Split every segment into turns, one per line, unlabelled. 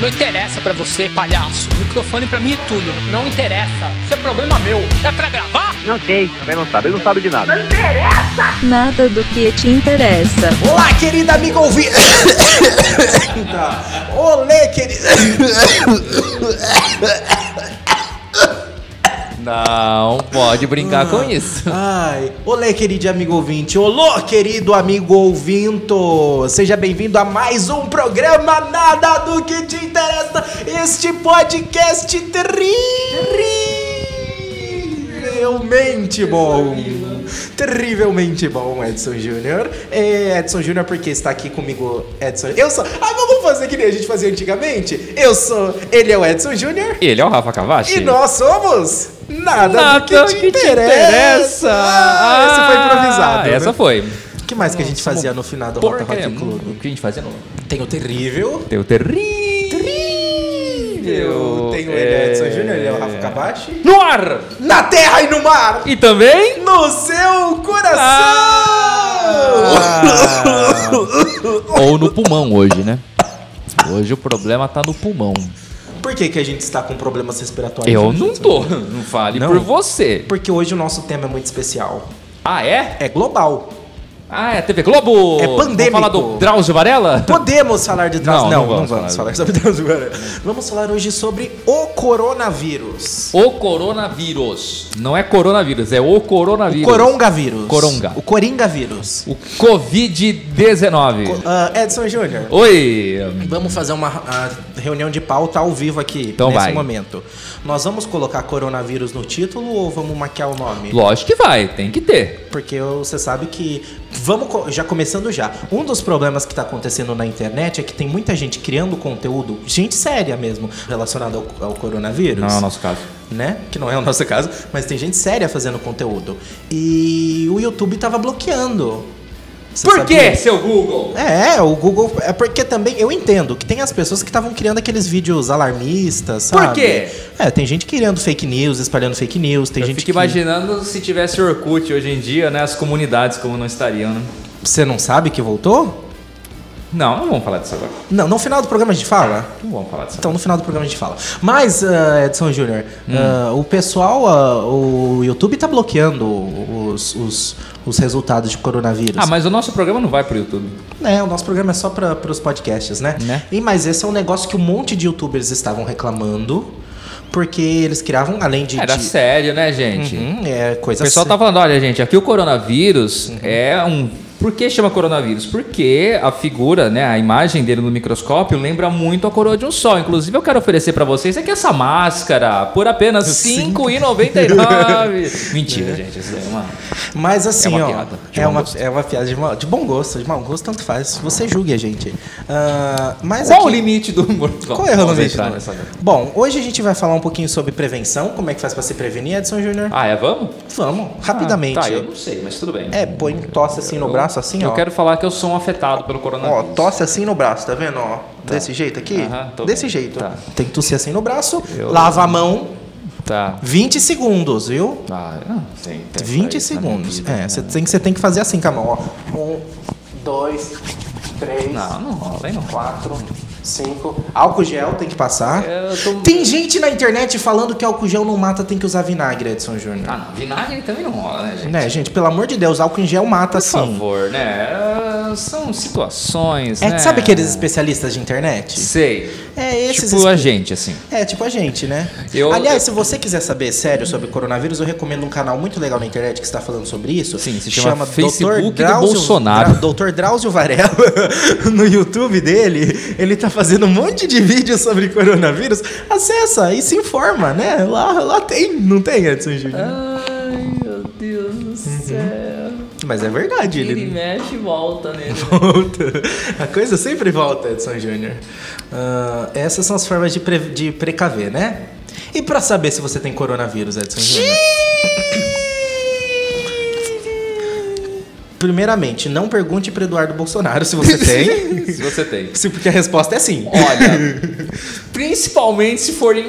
Não interessa pra você, palhaço. Microfone pra mim é tudo. Não interessa. Isso é problema meu. É pra gravar?
Não sei, também não sabe, ele não sabe de nada.
Nada do que te interessa.
Olá, querida amiga ouvinte. Olê, querida.
Não pode
Hum.
brincar com isso.
Ai, olê, querido amigo ouvinte. Olô, querido amigo ouvinto. Seja bem-vindo a mais um programa Nada do que te interessa. Este podcast terrivelmente bom. Terrivelmente bom, Edson Júnior. É, Edson Júnior, porque está aqui comigo, Edson. Eu sou. Ah, vamos fazer que nem a gente fazia antigamente? Eu sou. Ele é o Edson Júnior.
Ele é o Rafa Cavachi?
E nós somos nada,
Nada
do que, te, interessa. Ah, essa foi improvisada.
Essa
né?
foi.
O que mais que a gente fazia no final do Rota
Porca, é
Rock
o
Club?
que a gente fazia no...
Tem o terrível.
Teu terrível...
Tem o Ele Edson Júnior, ele é o Rafa Kabashi.
No ar!
Na terra e no mar!
E também... Ah!
No seu coração!
Ou no pulmão hoje, né? Hoje o problema tá no pulmão.
Por que, que a gente está com problemas respiratórios?
Eu
hoje,
não
Edson?
tô. Não fale
Não.
por você.
Porque hoje o nosso tema é muito especial.
Ah, é?
É global.
Ah, é TV Globo?
É
Vamos
pandêmico.
falar do Drauzio Varela?
Podemos falar de trans...
Não, não vamos falar.
falar sobre trans agora. Vamos falar hoje sobre o coronavírus.
O coronavírus. Não é coronavírus, é o coronavírus.
Corongavírus.
Coronga.
O Coringavírus.
O Covid-19.
Co- ah, Edson Júnior,
Oi.
vamos fazer uma ah, reunião de pauta ao vivo aqui,
Então
nesse
vai.
momento. Nós vamos colocar coronavírus no título ou vamos maquiar o nome?
Lógico que vai, tem que ter.
Porque eu- você sabe que. Vamos co- já começando já. Um dos problemas que tá acontecendo na internet é que tem muita gente criando conteúdo, gente séria mesmo, relacionada ao, ao coronavírus.
Não é o nosso caso.
né? Que não é o nosso caso, mas tem gente séria fazendo conteúdo. E o YouTube tava bloqueando. Você
Por
sabia?
quê, seu Google?
É, o Google. É porque também. Eu entendo que tem as pessoas que estavam criando aqueles vídeos alarmistas,
Por
sabe?
quê?
É, tem gente criando fake news, espalhando fake news, tem
Eu
gente
fico imaginando se tivesse Orkut hoje em dia, né? As comunidades como não estariam, né?
Você não sabe que voltou?
Não, não vamos falar disso agora.
Não, no final do programa a gente fala?
Não vamos falar disso agora.
Então, no final do programa a gente fala. Mas, ah, Edson Júnior,
Hum.
ah, o pessoal, ah, o YouTube tá bloqueando os, os, os resultados de coronavírus.
Ah, mas o nosso programa não vai pro YouTube.
É, o nosso programa é só para os podcasts, né?
Né?
E mas esse é um negócio que um monte de youtubers estavam reclamando, porque eles criavam além de
Era
de-
sério, né, gente?
Hum, é
O
coisa
pessoal tá
séria.
falando, olha, gente, aqui o coronavírus é um. Por que chama coronavírus? Porque a figura, né, a imagem dele no microscópio lembra muito a coroa de um sol. Inclusive, eu quero oferecer pra vocês aqui essa máscara por apenas R$ 5,99. Mentira, gente, isso é uma.
Mas assim,
uma
ó,
piada de
é
mau
uma
gosto.
é uma piada de, mau- de bom gosto, de mau gosto tanto faz. Você julgue a gente. Ah, mas
Qual o
aqui-
limite do humor?
Qual é o
Vamos
limite?
entrar
do-
nessa-
Bom, hoje a gente vai falar um pouquinho sobre prevenção, como é que faz para se prevenir, Edson Júnior?
Ah, é? Vamos?
Vamos, rapidamente.
Ah, tá, eu não sei, mas tudo bem.
É, põe tosse assim no
Eu-
braço assim,
eu
ó.
quero falar que eu sou um afetado pelo
Ó,
coronavírus.
tosse assim no braço, tá vendo? Ó, desse jeito aqui?
Aham, tô
desse
vendo.
jeito.
Tá.
Tem que tossir assim no braço,
Eu-
lava a mão,
Tá.
20 segundos, viu?
Ah, não, tem, tem
20
isso na
segundos.
minha vida,
É,
né?
você tem, que- você tem que fazer assim com a mão, ó. Um, dois, três,
Não, não rola, hein? Não rola.
quatro, cinco. Álcool gel tem que passar.
É, Eu tô-
Tem gente na internet falando que álcool gel não mata, tem que usar vinagre, Edson Júnior.
Ah, não, vinagre também não rola, né, gente?
Né, gente, pelo amor de Deus, álcool em gel mata
Por
sim.
favor, né? Ah, São situações,
É,
né?
Sabe aqueles especialistas de internet?
Sei.
É, esses
tipo a
espe-
gente, assim.
É, tipo a gente, né?
Eu-
Aliás, se você quiser saber sério sobre coronavírus, eu recomendo um canal muito legal na internet que está falando sobre isso.
Sim, se chama Facebook do
Drauzio-
Bolsonaro.
Dra- Dr. Drauzio Varela, no YouTube dele, ele tá fazendo um monte de vídeos sobre coronavírus. Acessa e se informa, né? Lá, lá tem, não tem, Edson Júnior? Uhum.
Ai, meu Deus do céu.
Mas é verdade, ele
mexe e volta nele.
volta. A coisa sempre volta, Edson Júnior. Ah, essas são as formas de, pre- de precaver, né? E pra saber se você tem coronavírus, Edson Júnior? Primeiramente, não pergunte para Eduardo Bolsonaro se você tem.
Se você tem.
se, porque a resposta é sim.
Olha, principalmente se for em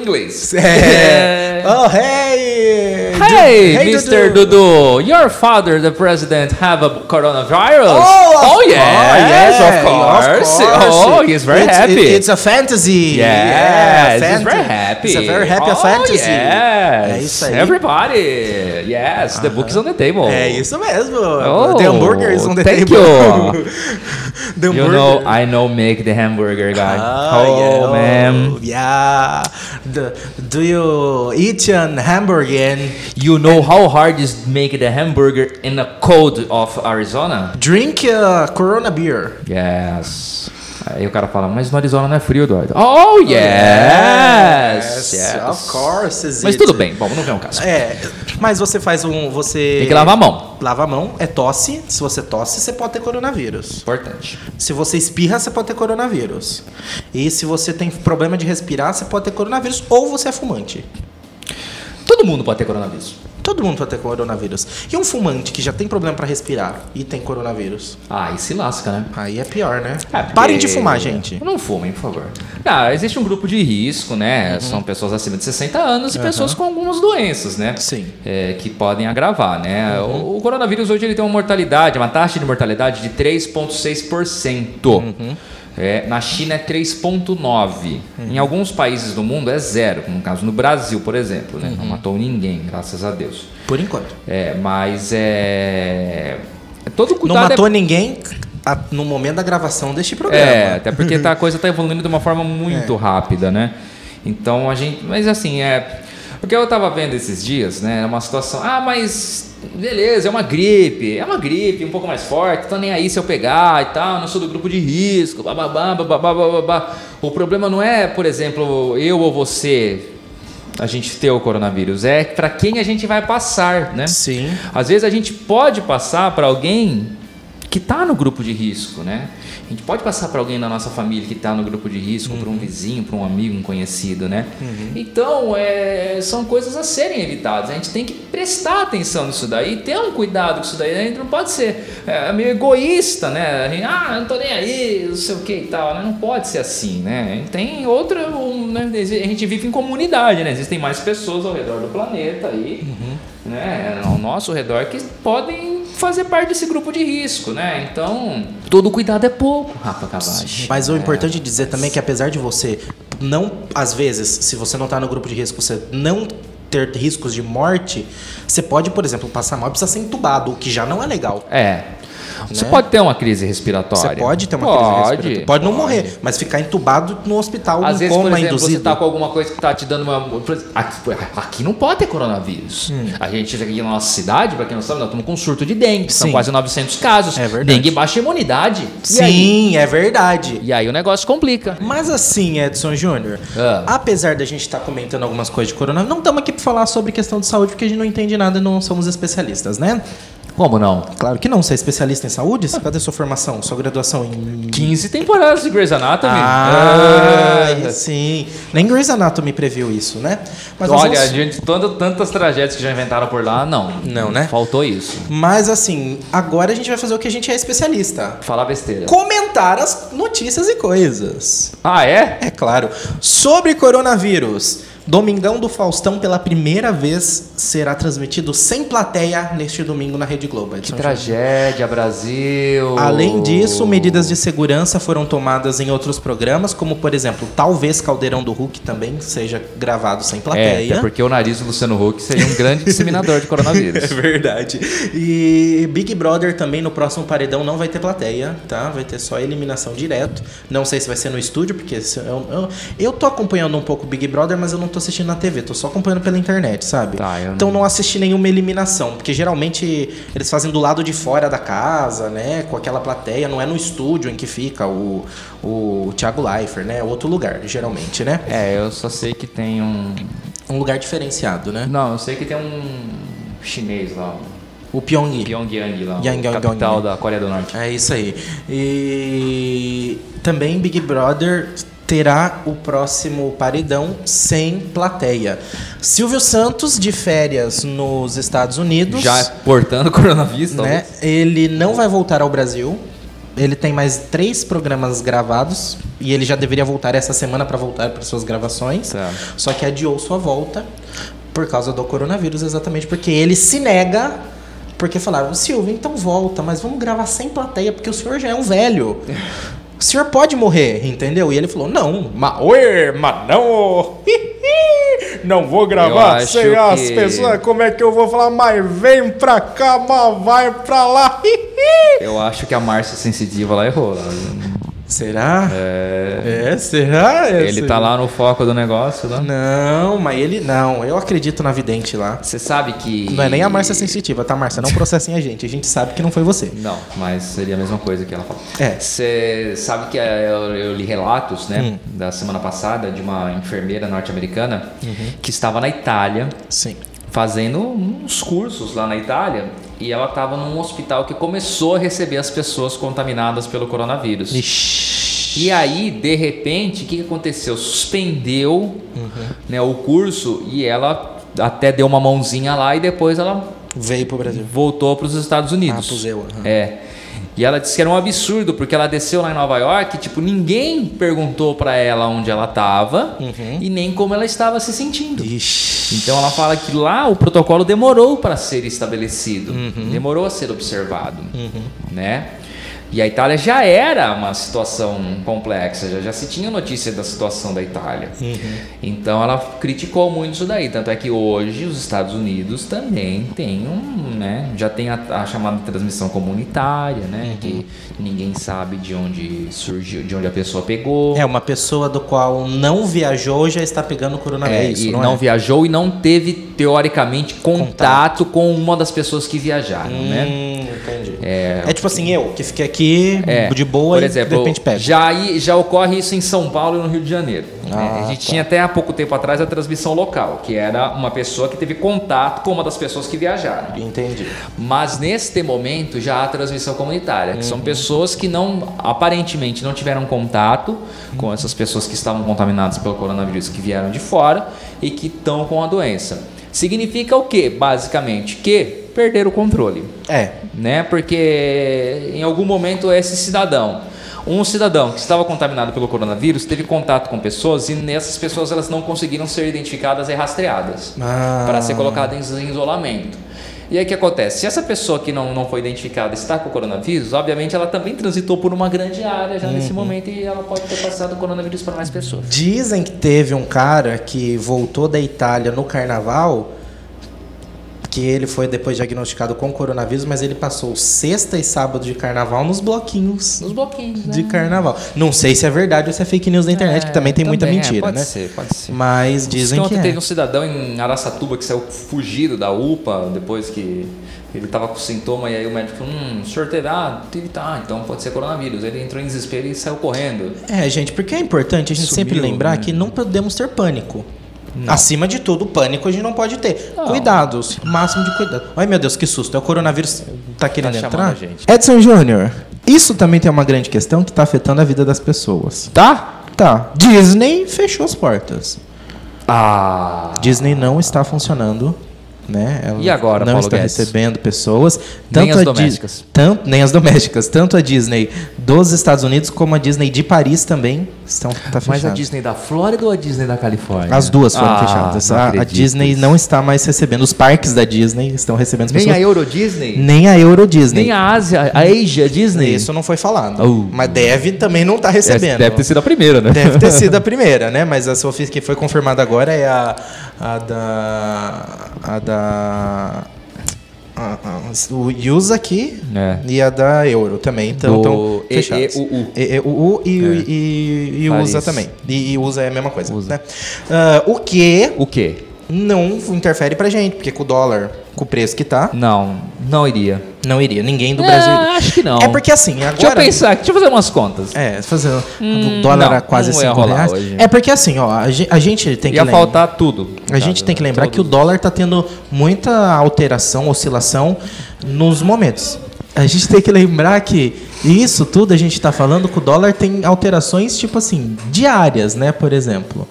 inglês.
É, Oh, hey!
Hey,
Du-
Mr. Dudu. your father, the president, have a coronavirus?
Oh, of-
yes,
oh,
of course. Oh, he's very
It's-
happy.
it- it's a fantasy.
Yes,
Yeah,
he's
fant-
very happy.
It's a very happy
oh,
fantasy.
Yes.
É isso aí.
Everybody. Yes, the book is on the table.
É isso mesmo.
Oh,
the hamburger is on the
thank
table.
you.
the
You
hamburger.
know, I know make the hamburger guy.
Ah,
oh,
yeah.
man.
Yeah. The- do you eat an hamburger? and
You know how hard is make the hamburger in the cold of Arizona?
Drink a Corona beer.
Yes. Aí o cara fala, mas no Arizona não é frio, Eduardo. Oh, yes. yes.
Of course. is
Mas
it.
tudo bem, bom, não vem um caso.
É, mas você faz um. Você
Tem que lavar a mão.
Lava a mão, é tosse. Se você tosse, você pode ter coronavírus.
Importante.
Se você espirra, você pode ter coronavírus. E se você tem problema de respirar, você pode ter coronavírus. Ou você é fumante.
Todo mundo pode ter coronavírus.
Todo mundo pode ter coronavírus. E um fumante que já tem problema pra respirar e tem coronavírus?
Ah, e se lasca, né?
Aí é pior, né?
É, porque-
Parem de fumar, gente.
Não fumem, por favor. Ah, existe um grupo de risco, né? São pessoas acima de 60 anos e pessoas com algumas doenças, né?
Sim. Uhum.
É, que podem agravar, né? O, o coronavírus hoje ele tem uma mortalidade, uma taxa de mortalidade de 3,6%.
Uhum.
É, na China é 3,9%. Em alguns países do mundo é zero, como no caso no Brasil, por exemplo. Né?
Uhum.
Não matou ninguém, graças a Deus.
Por enquanto.
É, mas é. Todo
Não
cuidado é
matou ninguém a- no momento da gravação deste programa.
é, até porque tá- a coisa tá evoluindo de uma forma muito rápida, né? Então a gente. Mas assim, é. O que eu tava vendo esses dias, né? É uma situação. Ah, mas. Beleza, é uma gripe. É uma gripe um pouco mais forte. Tô nem aí se eu pegar e tal. Não sou do grupo de risco. Bababá, bababá, bababá. O problema não é, por exemplo, eu ou você. A gente ter o coronavírus é para quem a gente vai passar, né?
Sim.
Às vezes a gente pode passar para alguém que está no grupo de risco, né? A gente pode passar para alguém da nossa família que está no grupo de risco, para um vizinho, para um amigo, um conhecido, né? Então, é, são coisas a serem evitadas. A gente tem que prestar atenção nisso daí, ter um cuidado com isso daí. né? A gente não pode ser é, meio egoísta, né? A gente, ah, eu não tô nem aí, não sei o que e tal. né? Não pode ser assim, né? A gente Tem outra. um, né? A gente vive em comunidade, né? Existem mais pessoas ao redor do planeta aí
Uhum.
né, ao nosso redor que podem fazer parte desse grupo de risco, né? Então, todo cuidado é pouco, Rafa Cavage.
Mas o importante dizer também é que apesar de você não, às vezes, se você não tá no grupo de risco, você não ter riscos de morte, você pode, por exemplo, passar mal e precisar ser entubado, o que já não é legal.
É. Você
Né?
pode ter uma crise respiratória.
Você pode ter uma crise respiratória. Pode não morrer, mas ficar entubado no hospital,
Às
em
vezes, por
coma
exemplo, você
induzido.
tá com alguma coisa que tá te dando uma. por exemplo, Aqui, aqui não pode ter coronavírus.
Hum.
A gente aqui na nossa cidade, pra quem não sabe, nós estamos com um surto de dengue. São
Sim.
quase 900 casos.
É verdade.
Dengue baixa a imunidade. E aí?
Sim, é verdade.
E aí o negócio complica.
Mas assim, Edson Júnior,
Ah.
apesar da gente estar comentando algumas coisas de coronavírus, não estamos aqui para falar sobre questão de saúde, porque a gente não entende nada, não somos especialistas, né?
Como não?
Claro que não, você é especialista em saúde? Cadê sua formação, sua graduação em...
15 temporadas de Grey's Anatomy.
Ah,
Ah.
sim. Nem Grey's Anatomy previu isso, né? Mas nós
Olha,
vamos-
gente, tanto- tantas tragédias que já inventaram por lá, não.
Não, né?
Faltou isso.
Mas assim, agora a gente vai fazer o que a gente é especialista.
Falar besteira.
Comentar as notícias e coisas.
Ah, é?
É claro. Sobre coronavírus. Domingão do Faustão pela primeira vez será transmitido sem plateia neste domingo na Rede Globo.
Que
Edson Júnior.
tragédia, Brasil.
Então Além disso, medidas de segurança foram tomadas em outros programas, como por exemplo, talvez Caldeirão do Hulk também seja gravado sem
É,
plateia.
até porque o nariz do Luciano Huck seria um grande disseminador de
É
coronavírus.
verdade. E Big Brother também no próximo paredão não vai ter plateia, tá? Vai ter só eliminação direto. Não sei se vai ser no estúdio, porque se- eu, eu, eu tô acompanhando um pouco Big Brother, mas eu não tô assistindo na TV, tô só acompanhando pela internet, sabe?
Tá, eu
então
não-
não... assisti nenhuma eliminação, porque geralmente eles fazem do lado de fora da casa, né? Com aquela plateia, não é no estúdio em que fica o, o Thiago Leifert, né? É Outro lugar, geralmente, né?
É, eu só sei que tem um.
Um lugar diferenciado, né?
Não, eu sei que tem um chinês lá. um
O Pyong.
Pyongyang lá.
Yang,
o
yang,
capital
yang.
da Coreia do Norte.
É isso aí. E também Big Brother terá o próximo paredão sem plateia. Silvio Santos de férias nos Estados Unidos.
Já portando coronavírus,
né?
talvez.
Ele não vai voltar ao Brasil. Ele tem mais três programas gravados e ele já deveria voltar essa semana para voltar para suas gravações.
Tá.
Só que adiou sua volta Por causa do coronavírus, exatamente. Porque ele se nega. Porque falaram, Silvio, então volta, mas vamos gravar sem plateia, porque o senhor já é um velho. O senhor pode morrer, entendeu? E ele falou, não, ma oi, mas não, ô, hi, hi, não vou gravar
acho
sem as
que-
pessoas, como é que eu vou falar, mas vem pra cá, mas vai pra lá, hi, hi."
Eu acho que a Márcia Sensitiva lá errou. lá.
Será? É, será? É,
Ele tá
será?
lá no foco do negócio.
Né?
Lá.
Não, mas ele não. Eu acredito na vidente lá.
Você sabe que.
Não é nem a Márcia sensitiva, tá, Márcia? Não processem a gente. A gente sabe que não foi você.
Não, mas seria a mesma coisa que ela falou.
É.
Você sabe que eh, eu, eu li relatos, né,
Hum.
da semana passada de uma enfermeira norte-americana
Uhum.
que estava na Itália
Sim.
fazendo uns cursos lá na Itália e ela estava num hospital que começou a receber as pessoas contaminadas pelo coronavírus. E aí, de repente, o que que aconteceu? Suspendeu
Uhum.
né, o curso e ela até deu uma mãozinha lá e depois ela
Veio pro Brasil.
voltou para os Estados Unidos.
Ah, pro Zewa, aham.
É. E ela disse que era um absurdo, porque ela desceu lá em Nova York, tipo, ninguém perguntou para ela onde ela tava e nem como ela estava se sentindo.
Ixi.
É. Então ela fala que lá o protocolo demorou para ser estabelecido, demorou a ser observado, né? E a Itália já era uma situação complexa, já, já se tinha notícia da situação da Itália. Então ela criticou muito isso daí, tanto é que hoje os Estados Unidos também tem um, né? Já tem a, a chamada transmissão comunitária, né? Que ninguém sabe de onde surgiu, de onde a pessoa pegou.
É, uma pessoa do qual não viajou já está pegando
É,
coronavírus.
e
não,
não,
é?
viajou e não teve, teoricamente, contato, com uma das pessoas que viajaram, né?
Hum, entendi. É... tipo assim, eu que fiquei aqui
É,
de boa
por
e
exemplo,
de repente pego.
já, aí- já ocorre isso em São Paulo e no Rio de Janeiro. né?
Ah,
A gente
tá.
tinha até há pouco tempo atrás a transmissão local, que era uma pessoa que teve contato com uma das pessoas que viajaram.
Entendi.
Mas neste momento já há transmissão comunitária, que são pessoas que não aparentemente não tiveram contato com essas pessoas que estavam contaminadas pelo coronavírus que vieram de fora e que estão com a doença. Significa o quê? Basicamente que perderam o controle
É.
né? Porque em algum momento esse cidadão, um cidadão que estava contaminado pelo coronavírus, teve contato com pessoas e nessas pessoas elas não conseguiram ser identificadas e rastreadas
Ah.
para ser colocadas em isolamento. E aí o que acontece? Se essa pessoa que não, não foi identificada está com o coronavírus, obviamente ela também transitou por uma grande área já
Uhum.
nesse momento e ela pode ter passado o coronavírus para mais pessoas.
Dizem que teve um cara que voltou da Itália no carnaval, que ele foi depois diagnosticado com coronavírus, mas ele passou sexta e sábado de carnaval nos bloquinhos
Nos bloquinhos, né?
de carnaval. Não sei se é verdade ou se é fake news da internet, que também tem muita
também, é,
mentira,
pode
né?
ser, pode ser.
Mas dizem
Então,
que
ontem teve
é.
um cidadão em Araçatuba que saiu fugido da UPA depois que ele estava com sintoma e aí o médico falou, hum, o senhor teve, ah, teve, tá, então pode ser coronavírus. Ele entrou em desespero e saiu correndo.
É, gente, porque é importante a gente
Sumiu,
sempre lembrar
né?
que não podemos ter pânico. Acima de tudo, pânico a gente não pode ter.
Não.
Cuidados, máximo de cuidado. Ai meu Deus, que susto. É o coronavírus tá querendo
chamando
entrar?
a gente.
Edson Júnior, isso também tem uma grande questão que tá afetando a vida das pessoas.
Tá?
Tá. Disney fechou as portas.
Ah.
Disney não está funcionando. Né? Ela
E agora,
Não
Paulo
está
Guedes?
recebendo pessoas.
Nem as
a Di-
domésticas.
tanto, nem as domésticas. Tanto a Disney dos Estados Unidos como a Disney de Paris também estão tá fechadas.
Mas a Disney da Flórida ou a Disney da Califórnia?
As duas foram
Ah,
fechadas.
não
A- A,
acredito.
Disney não está mais recebendo. Os parques da Disney estão recebendo as
Nem
pessoas.
a Euro Disney?
Nem a Euro Disney.
Nem a Ásia, a Asia Disney?
Isso não foi falado.
Oh.
Mas É, deve também não está
Essa
recebendo.
Deve ter sido a primeira, né?
Deve ter sido a primeira, né? Mas a Sofia que foi confirmada agora é a, a da. A da. a- a- o USA aqui
É.
e a da Euro também. Então,
Do
então fechados.
EEUU.
EEUU e, e, e
É. Paris.
USA também. E, e USA é a mesma coisa.
USA.
Né? Ah, o que
O quê?
não interfere pra gente, porque com o dólar, com o preço que tá,
Não, não iria.
não iria. Ninguém do
É,
Brasil.
acho que não.
É porque assim,
Deixa eu
agora.
pensar, deixa eu fazer umas contas.
É, fazer o dólar
Hum, não,
a quase
não ia
5
rolar
reais.
hoje.
É porque assim, ó, a gen- a gente tem que
Ia
lembrar-
faltar tudo.
A gente tem que lembrar que o dólar tá tendo muita alteração, oscilação nos momentos. A gente tem que lembrar que isso tudo a gente tá falando que o dólar tem alterações, tipo assim, diárias, né, por exemplo.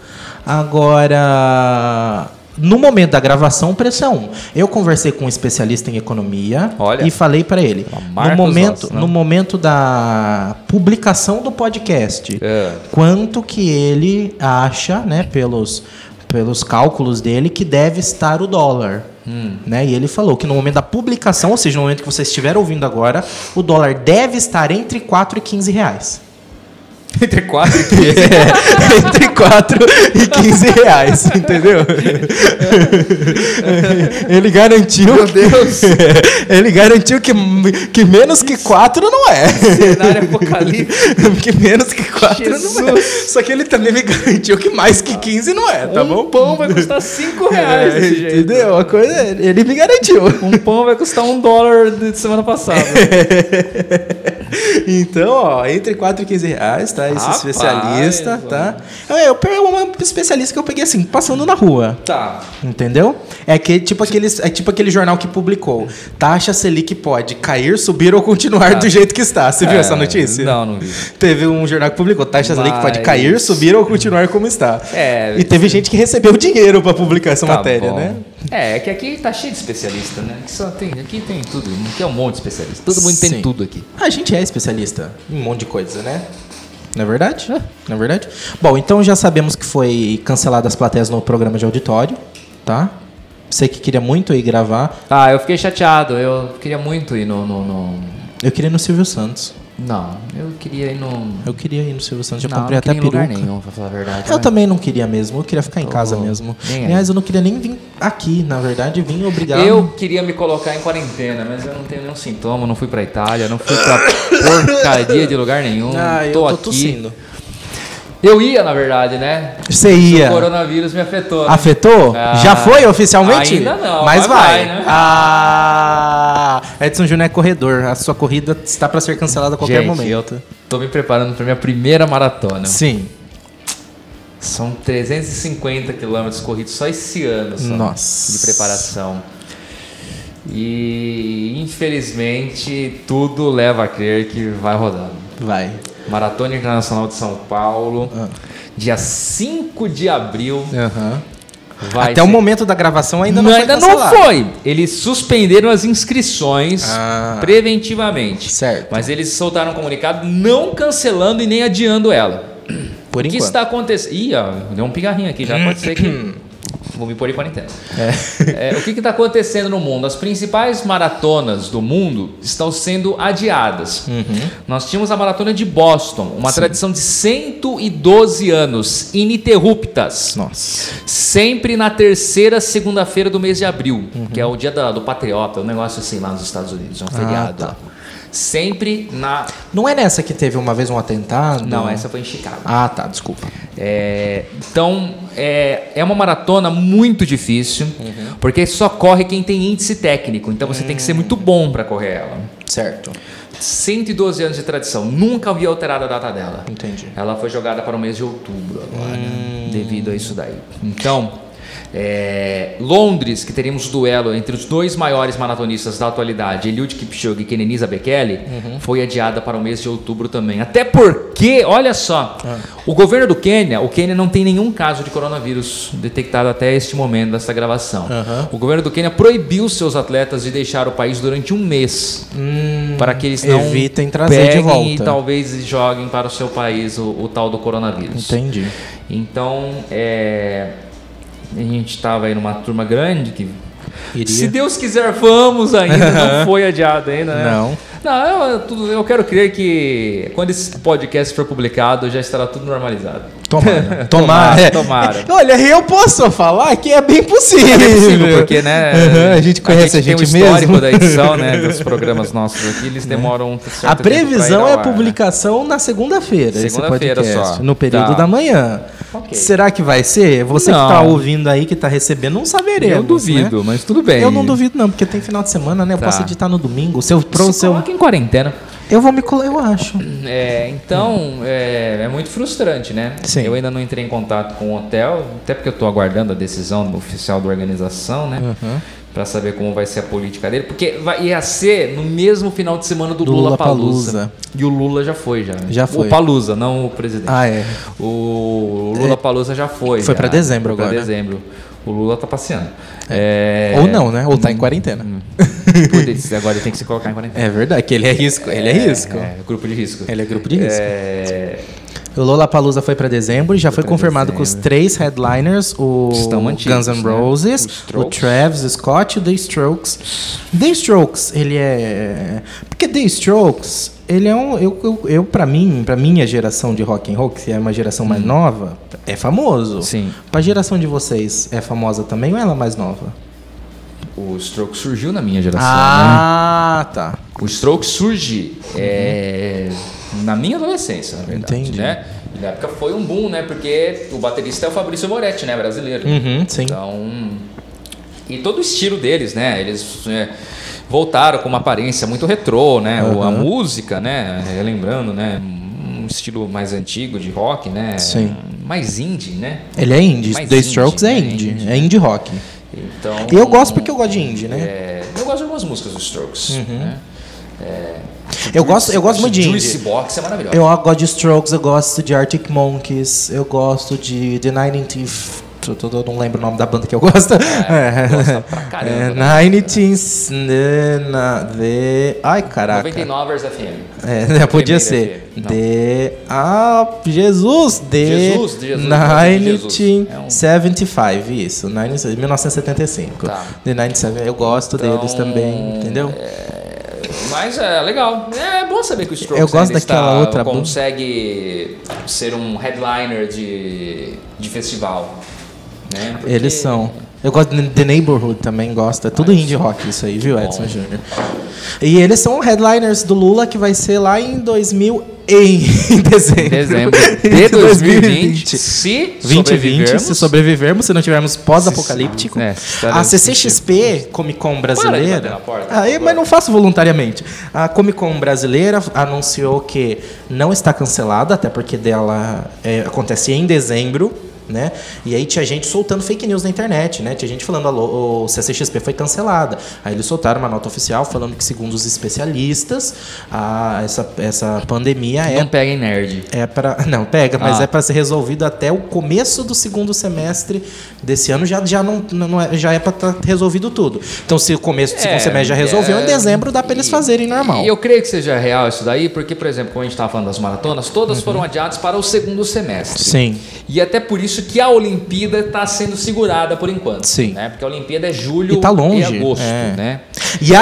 Agora, no momento da gravação, o preço é um. Eu conversei com um especialista em economia
Olha.
e falei para ele, no
Marcos
momento,
Rossi, né?
no momento da publicação do podcast,
É.
quanto que ele acha, né, pelos pelos cálculos dele, que deve estar o dólar.
Hum.
Né? E ele falou que no momento da publicação, ou seja, no momento que você estiver ouvindo agora, o dólar deve estar entre 4 e 15 reais.
Entre quatro e
É, entre 4 e 15 reais, entendeu? Ele garantiu.
Meu Deus!
Ele garantiu que, que menos que 4 não é.
cenário apocalipse.
Que menos que 4 não é.
Jesus.
Só que ele também me garantiu que mais que 15 não é, tá
um
bom?
pão vai custar cinco reais
É,
desse jeito.
entendeu? A coisa, é, ele me garantiu.
Um pão vai custar um dólar de semana passada.
Então, ó, entre 4 e 15 reais, tá? Esse
Rapaz,
especialista, tá? É, eu peguei uma especialista que eu peguei assim, passando na rua.
tá.
Entendeu? É que tipo aqueles, é tipo aquele jornal que publicou. Taxa Selic pode cair, subir ou continuar do jeito que está. Você viu
Ah. É,
essa notícia?
Não, não vi.
Teve um jornal que publicou, taxa Selic pode
Mas-
cair, subir ou continuar como está.
É.
E teve gente que recebeu dinheiro para publicar essa
Tá
matéria,
bom.
né?
É, é que aqui tá cheio de especialista, né? Aqui, só tem, aqui tem tudo. Aqui é um monte de especialista. Todo mundo
Sim.
tem tudo aqui.
A gente é especialista em um monte de coisa, né? Não é verdade? Não é verdade? Bom, então já sabemos que foi cancelado as plateias no programa de auditório, tá? Você que queria muito ir gravar,
Ah, eu fiquei chateado. Eu queria muito ir no. no, no-
eu queria ir no Silvio Santos.
Não, eu queria ir no.
Eu queria ir no Silvio Santos, já
não,
comprei
não
até
queria ir em
peruca.
lugar nenhum, pra falar a verdade.
Eu
né?
também não queria mesmo, eu queria ficar em casa
Tô
mesmo.
nem aí.
Aliás, eu não queria nem vir aqui, na verdade, vim obrigado.
Eu queria me colocar em quarentena, mas eu não tenho nenhum sintoma, não fui pra Itália, não fui pra porcaria de lugar nenhum.
Ah, eu
tô,
tô,
aqui.
tossindo.
Eu ia, na verdade, né?
Você ia.
O coronavírus me afetou. né?
Afetou?
Ah,
Já foi oficialmente?
ainda não,
Mas
mas
vai.
vai, né?
Ah, Edson Júnior é corredor. A sua corrida está para ser cancelada a qualquer
Gente,
momento.
eu tô me preparando pra minha primeira maratona.
Sim.
São 350 quilômetros corridos só esse ano só,
Nossa.
de preparação. E infelizmente tudo leva a crer que vai rodar.
Vai.
Maratona Internacional de São Paulo,
Ah.
dia 5 de abril. vai
Até o
ser-
momento da gravação ainda não,
Não,
foi
ainda não
cancelado.
foi. Eles suspenderam as inscrições
Ah.
preventivamente.
Certo.
Mas eles soltaram um comunicado não cancelando e nem adiando ela.
Por
o que
enquanto.
está acontecendo? Ih, ó, deu um pigarrinho aqui, já pode ser que. Vou me pôr em quarentena. É, o que está acontecendo no mundo? As principais maratonas do mundo estão sendo adiadas.
Uhum.
Nós tínhamos a maratona de Boston, uma tradição de 112 anos, ininterruptas.
Nossa.
Sempre na terceira segunda-feira do mês de abril,
Uhum.
que é o dia da- do patriota, um negócio assim lá nos Estados Unidos, é um feriado.
tá.
lá. Sempre na.
Não é nessa que teve uma vez um atentado?
Não, essa foi em Chicago.
Ah, tá, desculpa.
É, então, é, é uma maratona muito difícil,
Uhum.
porque só corre quem tem índice técnico, então você tem que
Hum.
ser muito bom para correr ela.
Certo.
112 anos de tradição, nunca havia alterado a data dela.
Entendi. Hum.
Ela foi jogada para o mês de outubro agora, né, devido a isso daí. Então, é, Londres, que teríamos duelo entre os dois maiores maratonistas da atualidade, Eliud Kipchoge e Kenenisa Bekele,
Uhum.
foi adiada para o mês de outubro também. Até porque, olha só,
Ah.
o governo do Quênia, o Quênia não tem nenhum caso de coronavírus detectado até este momento dessa gravação. O governo do Quênia proibiu seus atletas de deixar o país durante um mês para que eles não
Hum. Evitem trazer de
peguem e
volta.
talvez joguem para o seu país o, o tal do coronavírus.
Entendi.
Então, é, a gente estava aí numa turma grande que.
Iria.
Se Deus quiser, vamos ainda. Não foi adiado ainda, né?
Não.
Não, eu, tudo- eu quero crer que quando esse podcast for publicado, já estará tudo normalizado.
Tomara. Tomara.
Tomara,
É.
tomara.
Olha, eu posso falar que é bem possível.
É possível, porque, né?
Aham, Uhum. a gente conhece a gente,
tem um histórico
mesmo. Né?
da edição, né? Dos programas nossos aqui, eles demoram um certo
A
tempo pra ir
previsão
ao
é
ar,
a
né?
publicação na segunda-feira. esse
Segunda-feira
podcast,
só.
No período
Tá.
da manhã.
Ok.
Será que vai ser? Você
Não.
que tá ouvindo aí, que tá recebendo, não saberemos.
Eu duvido,
né?
mas tudo bem.
Eu não duvido, não, porque tem final de semana, né? Eu
Tá.
posso editar no domingo. Se eu, pro,
Se
se eu,
coloca em quarentena.
eu vou me colar, eu acho.
É, então, é, é muito frustrante, né?
Sim.
Eu ainda não entrei em contato com o hotel, até porque eu estou aguardando a decisão do oficial da organização, né?
Uhum.
Pra saber como vai ser a política dele. Porque vai, ia ser no mesmo final de semana do,
Do
Lula
Lollapalooza.
Palusa. E o Lula já foi, já.
Já foi.
O Palusa, não o presidente.
Ah, é.
O Lula Palusa já foi.
Foi
já.
pra dezembro
Foi pra
agora.
dezembro. O Lula tá passeando. É,
Ou não, né? Ou tá em quarentena.
putz, agora ele tem que se colocar em quarentena.
É verdade, que ele é risco. Ele é risco.
É, grupo de risco.
Ele é grupo de risco.
É,
O Lollapalooza foi pra dezembro e já
Foi
foi
pra
confirmado que os
dezembro.
três headliners, o
Estão antigos,
Guns N'
né?
Roses,
Os
o
Strokes.
Travis Scott e o The Strokes. The Strokes, ele é... Porque The Strokes, ele é um... Eu, eu, eu pra mim, pra minha geração de rock and roll, que é uma geração mais nova, é famoso.
Hum. Sim.
Pra geração de vocês, é famosa também ou ela é mais nova?
O Stroke surgiu na minha geração, né?
Ah, tá.
O Stroke surge é, na minha adolescência, na verdade,
Entendi.
né? E na época foi um boom, né? Porque o baterista é o Fabrício Moretti, né? Brasileiro.
Uhum, sim.
Então. E todo o estilo deles, né? Eles é, voltaram com uma aparência muito retrô, né? O- A
Aham.
música, né? Relembrando, né? Um estilo mais antigo de rock, né?
Sim.
Mais indie, né?
Ele é indie.
Mais
The Strokes é
indie,
indie.
né?
É indie rock.
Então.
E eu gosto porque eu gosto de indie, né? Uhum.
É, eu gosto de algumas músicas dos Strokes. Né?
Eu gosto, eu gosto muito de indie.
Juicy Box é maravilhosa.
Eu gosto de Strokes, eu gosto de Arctic Monkeys, eu gosto de The Nine Teeth. Eu, tô- eu não lembro o nome da banda que eu gosto. É,
gosta pra caramba,
É,
né?
Nine Teens. né, na- The. Ai,
Tá,
caraca.
99ers FM.
É, né, podia
Primeira
ser.
vez. Não.
The. Ah, Jesus! The.
Jesus, de Jesus,
Nine
Jesus.
Teen
É um-
75, isso. Nine, 1975.
Tá.
The
Então,
97, eu gosto deles também, entendeu?
Mas é legal. É bom saber que o Strokes
Eu gosto
ainda
daquela
está-
outra banda.
consegue ser um headliner de, de festival. Né? Porque-
Eles são. Eu gosto de The Neighborhood também, gosto. É tudo
Ah,
indie
isso.
rock isso aí, viu,
Bom.
Edson Júnior? E eles são headliners do Lula que vai ser lá em 2000 em dezembro.
Dezembro de 2020. Se
2020,
sobrevivermos,
se sobrevivermos, se não tivermos pós-apocalíptico.
É,
a
estaremos
CCXP, Comic Con
Para de
brasileira.
bater na porta, por
aí,
favor.
mas não faço voluntariamente. A Comic Con brasileira anunciou que não está cancelada, até porque dela é, acontece em dezembro. Né? E aí tinha gente soltando fake news na internet, né? Tinha gente falando, alô, o CCXP foi cancelada. Aí eles soltaram uma nota oficial falando que, segundo os especialistas, a- essa, essa pandemia é
não peguem nerd.
é para não pega, mas
Ah.
é para ser resolvido até o começo do segundo semestre desse ano já já não, não é, já é para estar resolvido tudo. Então se o começo do segundo
É,
semestre já resolveu, em
é,
dezembro dá para eles fazerem normal.
E eu creio que seja real isso daí, porque, por exemplo, como a gente estava falando das maratonas, todas foram adiadas para o segundo semestre.
Uhum. Sim.
E é até por isso que a Olimpíada está sendo segurada por enquanto.
Sim.
Né? Porque a Olimpíada é julho
E tá longe,
e agosto,
é.
né?
E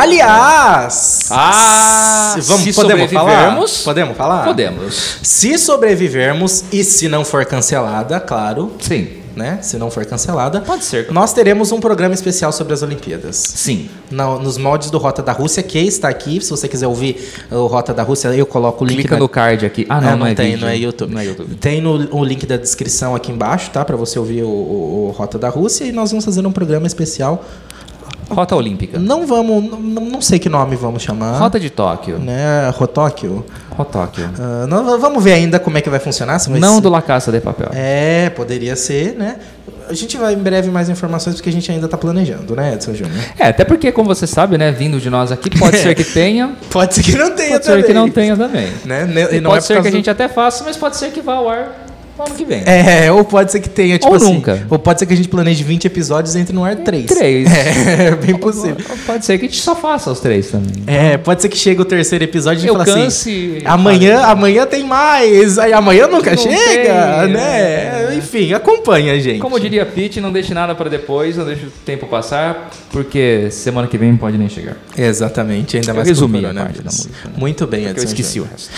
aliás,
Ah,
se- vamos
se
podemos falar?
sobrevivermos-
Podemos
Ah.
falar?
Podemos.
Se sobrevivermos e se não for cancelada, claro,
Sim.
né? Se não for cancelada,
Pode ser.
Nós teremos um programa especial sobre as Olimpíadas.
Sim.
Na- nos moldes do Rota da Rússia, que está aqui. Se você quiser ouvir o Rota da Rússia, eu coloco o link
Clica
na-
no card aqui. Ah, não,
É,
não, é
tem,
vídeo.
não é YouTube.
Não é YouTube.
Tem no, o link da descrição aqui embaixo, tá? Pra você ouvir o, o- o Rota da Rússia. E nós vamos fazer um programa especial.
Rota Olímpica.
Não vamos. Não, não- não sei que nome vamos chamar.
Rota de Tóquio.
Né? Rotóquio.
Rotóquio.
Ah, nós vamos ver ainda como é que vai funcionar. se vai
Não
ser-
do La Caça de Papel.
É, poderia ser, né? A gente vai em breve mais informações porque a gente ainda tá planejando, né, Edson Júnior?
É, até porque, como você sabe, né, vindo de nós aqui, pode ser que tenha,
Pode ser que não tenha
pode ser que
também.
não tenha também.
Né? Ne-
E
e não é por
pode ser que
causa
a
do-
gente até faça, mas pode ser que vá ao ar no ano que vem.
É, ou pode ser que tenha, tipo
Ou
assim.
nunca.
Ou pode ser que a gente planeje 20 episódios e entre no ar 3.
Três.
É, bem possível.
Pode ser que a gente só faça os três também.
É, pode ser que chegue o terceiro episódio e a gente
Eu
fala
canse
assim.
e
Amanhã, amanhã tem mais. Aí amanhã nunca
Não
chega,
tem, é.
né? Enfim, acompanha a gente.
Como diria Pete, não deixe nada pra depois, não deixe o tempo passar, porque semana que vem pode nem chegar.
Exatamente, ainda
Eu
mais
resumi
com o
a parte
coronavírus.
da música, né?
Muito bem,
Porque eu
Edson.
esqueci
Júnior.
o resto.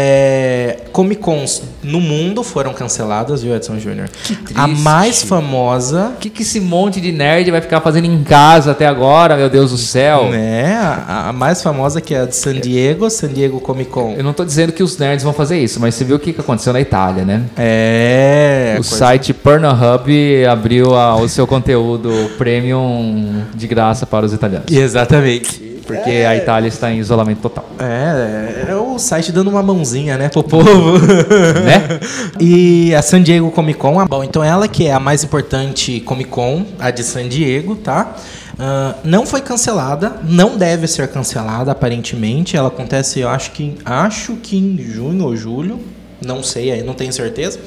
É, Comic Cons no mundo foram canceladas, viu, Edson Júnior? A
triste.
mais famosa
O que, que esse monte de nerd vai ficar fazendo em casa até agora, meu Deus do céu?
Né? A, a mais famosa que é a de San Diego, San Diego Comic
Eu
Con.
não tô dizendo que os nerds vão fazer isso, mas você viu o que, que aconteceu na Itália, né?
É.
o
coisa-
site Pornhub abriu a- o seu conteúdo premium de graça para os italianos.
assim. é- Exatamente.
Porque a Itália está em isolamento total.
É, é o site dando uma mãozinha, né, pro povo.
Né?
E a San Diego Comic Con, a- bom, então ela que é a mais importante Comic Con, a de San Diego, tá? Ah, não foi cancelada, não deve ser cancelada aparentemente. Ela acontece, eu acho que em, acho que em junho ou julho, não sei, aí não tenho certeza.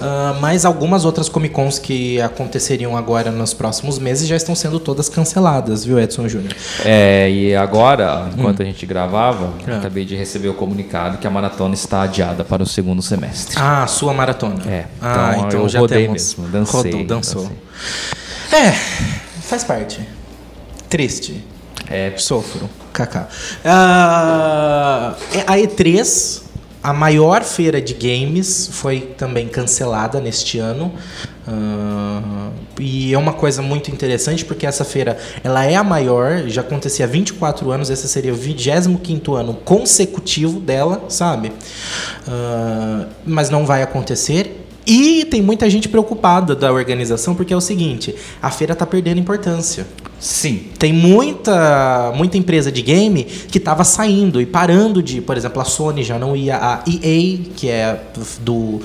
Ah, mas algumas outras Comic Cons que aconteceriam agora nos próximos meses já estão sendo todas canceladas, viu, Edson Júnior?
É, e agora, enquanto
Hum.
a gente gravava,
Ah.
acabei de receber o comunicado que a maratona está adiada para o segundo semestre.
Ah, sua maratona.
É,
Ah,
então
então,
eu
já
rodei
temos.
mesmo, dancei,
Rodou, dançou. É, faz parte. Triste.
É,
Sofro. Kaká. Ah, a E3, a maior feira de games, foi também cancelada neste ano. Ah, e é uma coisa muito interessante porque essa feira ela é a maior, já acontecia há 24 anos, esse seria o 25 ano consecutivo dela, sabe? Ah, mas não vai acontecer. E tem muita gente preocupada da organização porque é o seguinte: a feira está perdendo importância.
sim.
Tem muita, muita empresa de game que estava saindo e parando de, por exemplo, a Sony já não ia, a EA, que é do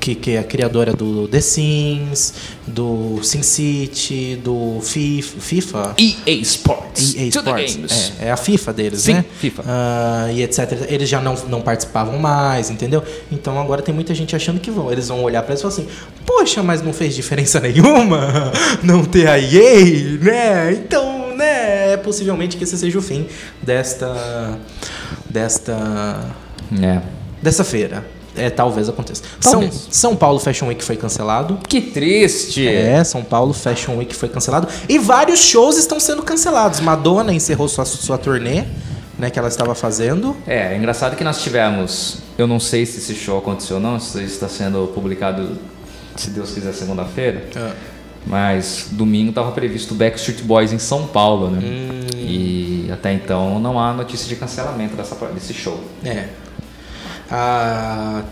que, que é a criadora do The Sims, do SimCity, do FIFA, FIFA?
EA Sports.
EA
to the
Sports.
games.
É, é a FIFA deles,
Sim,
né?
FIFA.
Ah, e etc. Eles já não, não participavam mais, entendeu? Então agora tem muita gente achando que vão. Eles vão olhar pra isso e falar assim: Poxa, mas não fez diferença nenhuma não ter a EA, né? Então, né? É possivelmente que esse seja o fim desta. desta.
É.
dessa feira. É, talvez aconteça.
Talvez.
São, São Paulo Fashion Week foi cancelado.
Que triste.
É, São Paulo Fashion Week foi cancelado. E vários shows estão sendo cancelados. Madonna encerrou sua, sua turnê, né, que ela estava fazendo.
É, é engraçado que nós tivemos. Eu não sei se esse show aconteceu ou não, se está sendo publicado, se Deus quiser, segunda-feira. Mas domingo estava previsto o Backstreet Boys em São Paulo, né? E até então não há notícia de cancelamento dessa, desse show.
É. A,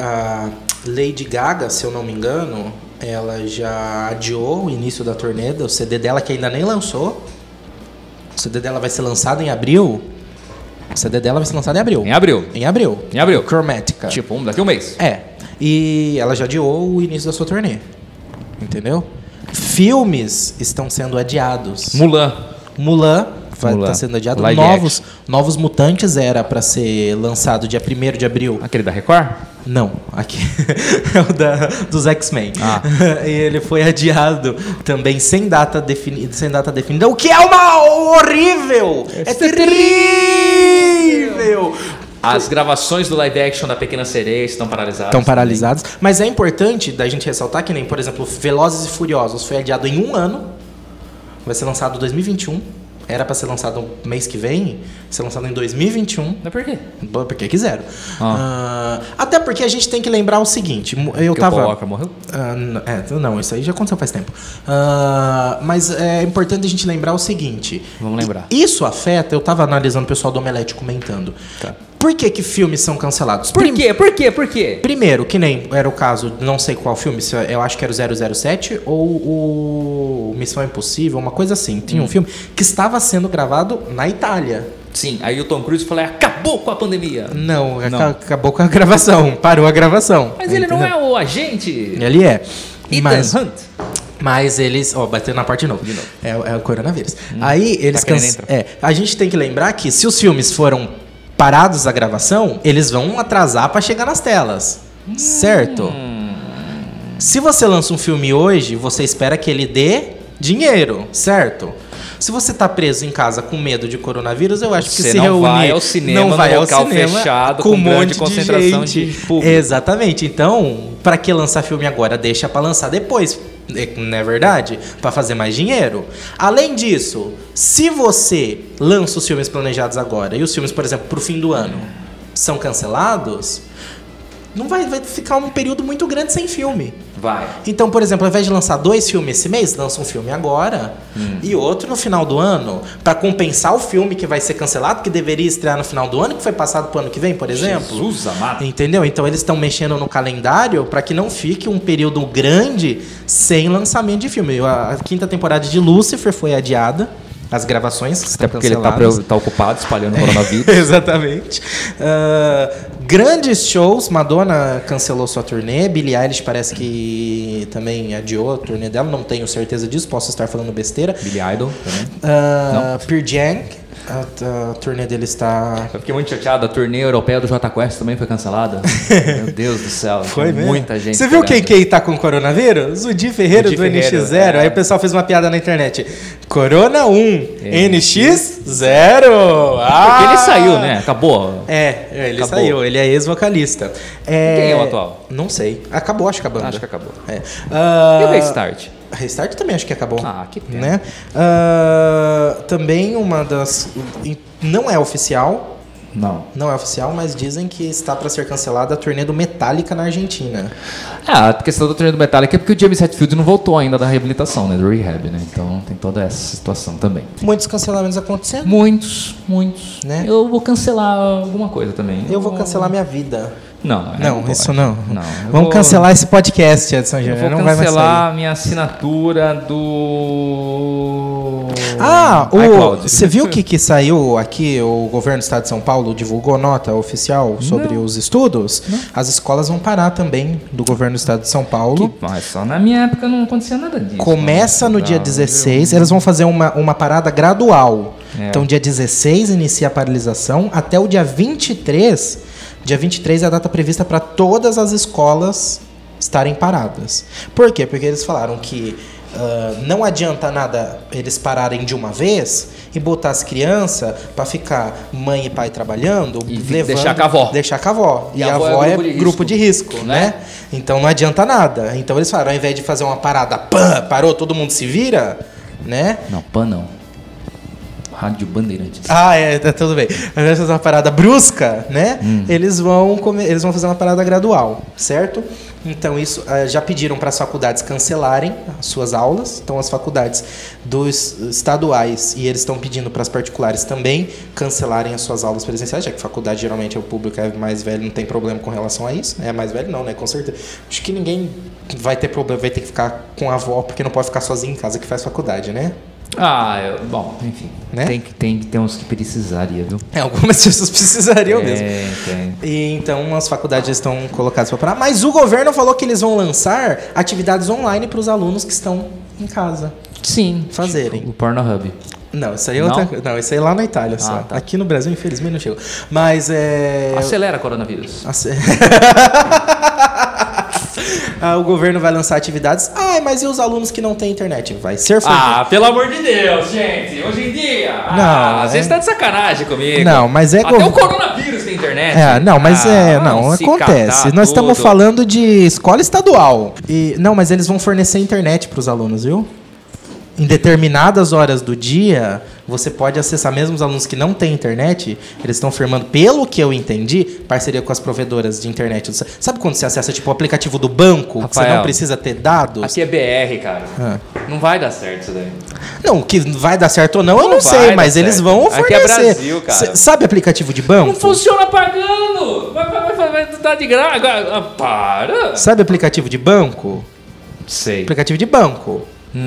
a Lady Gaga, se eu não me engano, ela já adiou o início da turnê, o CD dela que ainda nem lançou. O CD dela vai ser lançado em abril. O CD dela vai ser lançado em abril.
Em abril.
Em abril.
Em abril.
Chromatica.
Tipo, um, daqui a um mês.
É. E ela já adiou o início da sua turnê. Entendeu? Filmes estão sendo adiados.
Mulan.
Mulan vai
Mulan.
tá sendo adiado.
Live
Novos, Novos Mutantes era pra ser lançado dia 1 de abril.
Aquele da Record?
Não, aqui é o da, dos X-Men.
Ah.
E ele foi adiado também sem data definida, sem data definida, o que é uma horrível! É terrível!
As gravações do live action da Pequena Sereia estão paralisadas.
Estão paralisados. Mas é importante da gente ressaltar que nem, por exemplo, Velozes e Furiosos foi adiado em um ano. Vai ser lançado em 2021. Era pra ser lançado mês que vem. Vai ser lançado em 2021.
Mas por quê?
Bom, um. Porque quiseram. Ah, até porque a gente tem que lembrar o seguinte. mu- Eu
Porque
tava...
o Paul Walker morreu?
Ah, n- é, não, isso aí já aconteceu faz tempo. Ah, mas é importante a gente lembrar o seguinte.
Vamos lembrar.
Isso afeta... Eu tava analisando o pessoal do Omelete comentando.
Tá.
Por que que filmes são cancelados?
Por quê? Por quê? Por quê?
Primeiro, que nem era o caso, não sei qual filme, se é, eu acho que era o 007 ou o Missão Impossível, uma coisa assim. Tinha
Hum.
um filme que estava sendo gravado na Itália.
Sim, aí o Tom Cruise falou: "É, acabou com a pandemia.
Não, aca-
Não.
acabou com a gravação, parou a gravação.
Mas ele não é o agente.
Ele é.
Ethan
Mas,
Hunt.
mas eles. Ó, bateu na parte de novo. De novo. É, é o coronavírus. Aí eles.
Hum. Tá querendo
canc-
entrar.
é, a gente tem que lembrar que se os filmes foram parados a gravação, eles vão atrasar pra chegar nas telas.
Hum.
Certo? Se você lança um filme hoje, você espera que ele dê dinheiro, certo? Se você tá preso em casa com medo de coronavírus, eu acho que
Você
se
não
reunir,
vai ao cinema
não
num
vai ao
local
cinema
fechado,
com
com
um
grande
monte
concentração
de,
de
gente.
público.
Exatamente. Então, pra que lançar filme agora? Deixa pra lançar depois. é- Não é verdade? Pra fazer mais dinheiro. Além disso, se você lança os filmes planejados agora e os filmes, por exemplo, pro fim do ano, são cancelados, não vai, vai ficar um período muito grande sem filme.
Vai.
Então, por exemplo, ao invés de lançar dois filmes esse mês, lança um filme agora
Hum.
e outro no final do ano, Pra compensar o filme que vai ser cancelado, que deveria estrear no final do ano, que foi passado pro ano que vem, por exemplo.
Jesus amado.
Entendeu? Então eles estão mexendo no calendário pra que não fique um período grande sem lançamento de filme. A a quinta temporada de Lucifer foi adiada, as gravações
Até
estão
porque ele tá,
canceladas.
pre- tá ocupado espalhando o coronavírus.
Exatamente. Ah, grandes shows, Madonna cancelou sua turnê, Billie Eilish parece que também adiou a turnê dela, não tenho certeza disso, posso estar falando besteira.
Billy Idol também.
Uh, Ah, Pearl Jam A, a turnê dele está.
Eu fiquei muito chateado. A turnê europeia do Jota Quest também foi cancelada. Meu Deus do céu.
Foi
tem
mesmo?
Muita gente.
Você viu quem,
esperando.
quem tá com coronavírus? O Di Ferreira
O Di
do
Ferreira,
NX0.
é.
Aí o pessoal fez uma piada na internet. Corona 1, NX0.
Porque
Ah!
ele saiu, né? Acabou.
É, ele
Acabou.
saiu, ele é ex-vocalista.
Quem é o atual?
Não sei. Acabou, acho que a banda.
Acho que acabou.
É.
E
Ah,
o Restart?
Restart também acho que acabou.
Ah, que pena.
né? Ah, também uma das. Não é oficial,
Não.
não é oficial, mas dizem que está para ser cancelada a turnê do Metallica na Argentina.
Ah, a questão do treino do Metallica é porque o James Hetfield não voltou ainda da reabilitação, né? Do rehab, né? Então tem toda essa situação também.
Muitos cancelamentos acontecendo.
Muitos, muitos.
Né?
Eu vou cancelar alguma coisa também.
Eu vou cancelar minha vida.
Não, é,
Não,
pode.
isso não.
Não, eu
Vamos
vou-
cancelar esse podcast, Edson
Eu
Júnior.
vou
Não vai mais sair.
cancelar minha assinatura do.
Ah, o,
iCloud.
você viu o que, que saiu aqui? O governo do estado de São Paulo divulgou nota oficial sobre os estudos? As escolas vão parar também do governo do estado de São Paulo.
Mas só na minha época não acontecia nada disso. né?
Começa no
Não,
dia
não,
16, eles vão fazer uma, uma parada gradual.
É.
Então, dia 16 inicia a paralisação, até o dia 23. Dia 23 é a data prevista para todas as escolas estarem paradas. Por quê? Porque eles falaram que ah, não adianta nada eles pararem de uma vez e botar as crianças para ficar mãe e pai trabalhando,
E fi- deixar com a avó.
Deixar com a avó. E, a avó, é grupo de risco, né?
né?
Então não adianta nada. Então eles falaram, ao invés de fazer uma parada, pã, parou, todo mundo se vira, né?
Não, PAN não. Rádio Bandeirantes.
Ah, é, tá tudo bem. Ao invés de fazer uma parada brusca, né? Eles, vão come- eles vão fazer uma parada gradual, certo? Então isso ah, já pediram para as faculdades cancelarem as suas aulas. Então as faculdades dos estaduais e eles estão pedindo para as particulares também cancelarem as suas aulas presenciais, já que faculdade geralmente é o público é mais velho, não tem problema com relação a isso. É mais velho não, né? Com certeza. Acho que ninguém vai ter problema, vai ter que ficar com a avó porque não pode ficar sozinho em casa que faz faculdade, né?
Ah, eu- bom, enfim.
Né?
Tem, que, tem, que- tem uns que precisaria, viu?
É, algumas pessoas precisariam mesmo.
É, tem.
E então as faculdades já estão colocadas para parar, mas o governo falou que eles vão lançar atividades online para os alunos que estão em casa.
Sim.
Fazerem.
Tipo, O Pornhub.
Não, isso aí é outra
Não?
coisa. Não, isso aí é lá na Itália só.
Ah, tá.
Aqui no Brasil, infelizmente, não chegou. Mas é. assim,
Acelera coronavírus.
Ace- Ah, o governo vai lançar atividades. Ai, mas e os alunos que não têm internet? Vai ser fornecido.
Ah, pelo amor de Deus, gente. Hoje em dia.
Não,
ah, às
é-
vezes tá de sacanagem comigo.
Não, mas é
Até
gov-
o coronavírus tem internet.
É, não, mas
Ah,
é, não,
vão se
acontece.
catar
Nós estamos
tudo.
falando de escola estadual. E não, mas eles vão fornecer internet para os alunos, viu? Em determinadas horas do dia, você pode acessar mesmo os alunos que não têm internet, eles estão firmando, pelo que eu entendi, parceria com as provedoras de internet. Sabe quando você acessa tipo o aplicativo do banco, que você não
Rafael.
precisa ter dados?
Aqui é BR, cara.
Ah.
Não vai dar certo isso daí.
Não, que vai dar certo ou não, eu
Não
não
vai
sei,
dar
mas eles
certo.
vão
Aqui é
fornecer.
Brasil, cara.
Cê- Sabe aplicativo de banco?
Não funciona pagando! Vai, vai, vai, vai, tá de graça. Agora, ah, para!
Sabe aplicativo de banco?
Sei.
aplicativo de banco.